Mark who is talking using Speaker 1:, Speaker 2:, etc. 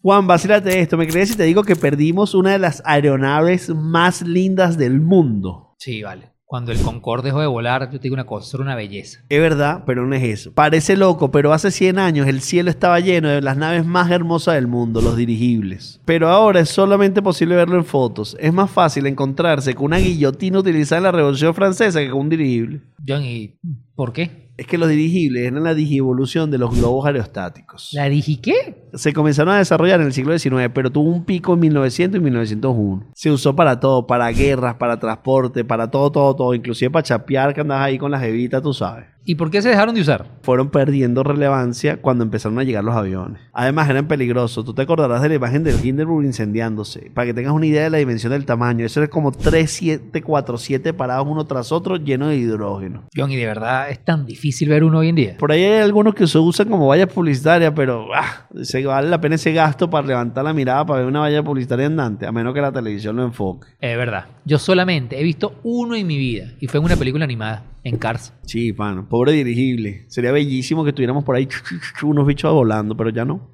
Speaker 1: Juan, vacílate esto. ¿Me crees si te digo que perdimos una de las aeronaves más lindas del mundo?
Speaker 2: Sí, vale. Cuando el Concorde dejó de volar, yo te digo una cosa, eso era una belleza.
Speaker 1: Es verdad, pero no es eso. Parece loco, pero hace 100 años el cielo estaba lleno de las naves más hermosas del mundo, los dirigibles. Pero ahora es solamente posible verlo en fotos. Es más fácil encontrarse con una guillotina utilizada en la Revolución Francesa que con un dirigible.
Speaker 2: John, ¿y por qué?
Speaker 1: Es que los dirigibles eran la digievolución de los globos aerostáticos.
Speaker 2: ¿La dije qué?
Speaker 1: se comenzaron a desarrollar en el siglo XIX, pero tuvo un pico en 1900 y 1901. Se usó para todo, para guerras, para transporte, para todo, todo, todo, inclusive para chapear que andas ahí con las evitas, tú sabes.
Speaker 2: ¿Y por qué se dejaron de usar?
Speaker 1: Fueron perdiendo relevancia cuando empezaron a llegar los aviones. Además eran peligrosos. Tú te acordarás de la imagen del Hindenburg incendiándose. Para que tengas una idea de la dimensión del tamaño. Eso era como 3, 7, 4, 7 parados uno tras otro llenos de hidrógeno.
Speaker 2: John, ¿y de verdad es tan difícil ver uno hoy en día?
Speaker 1: Por ahí hay algunos que se usan como vallas publicitarias, pero ah, se vale la pena ese gasto para levantar la mirada para ver una valla publicitaria andante, a menos que la televisión lo enfoque.
Speaker 2: Es verdad. Yo solamente he visto uno en mi vida y fue en una película animada, en Cars.
Speaker 1: Sí, mano, pobre dirigible. Sería bellísimo que tuviéramos por ahí unos bichos volando, pero ya no.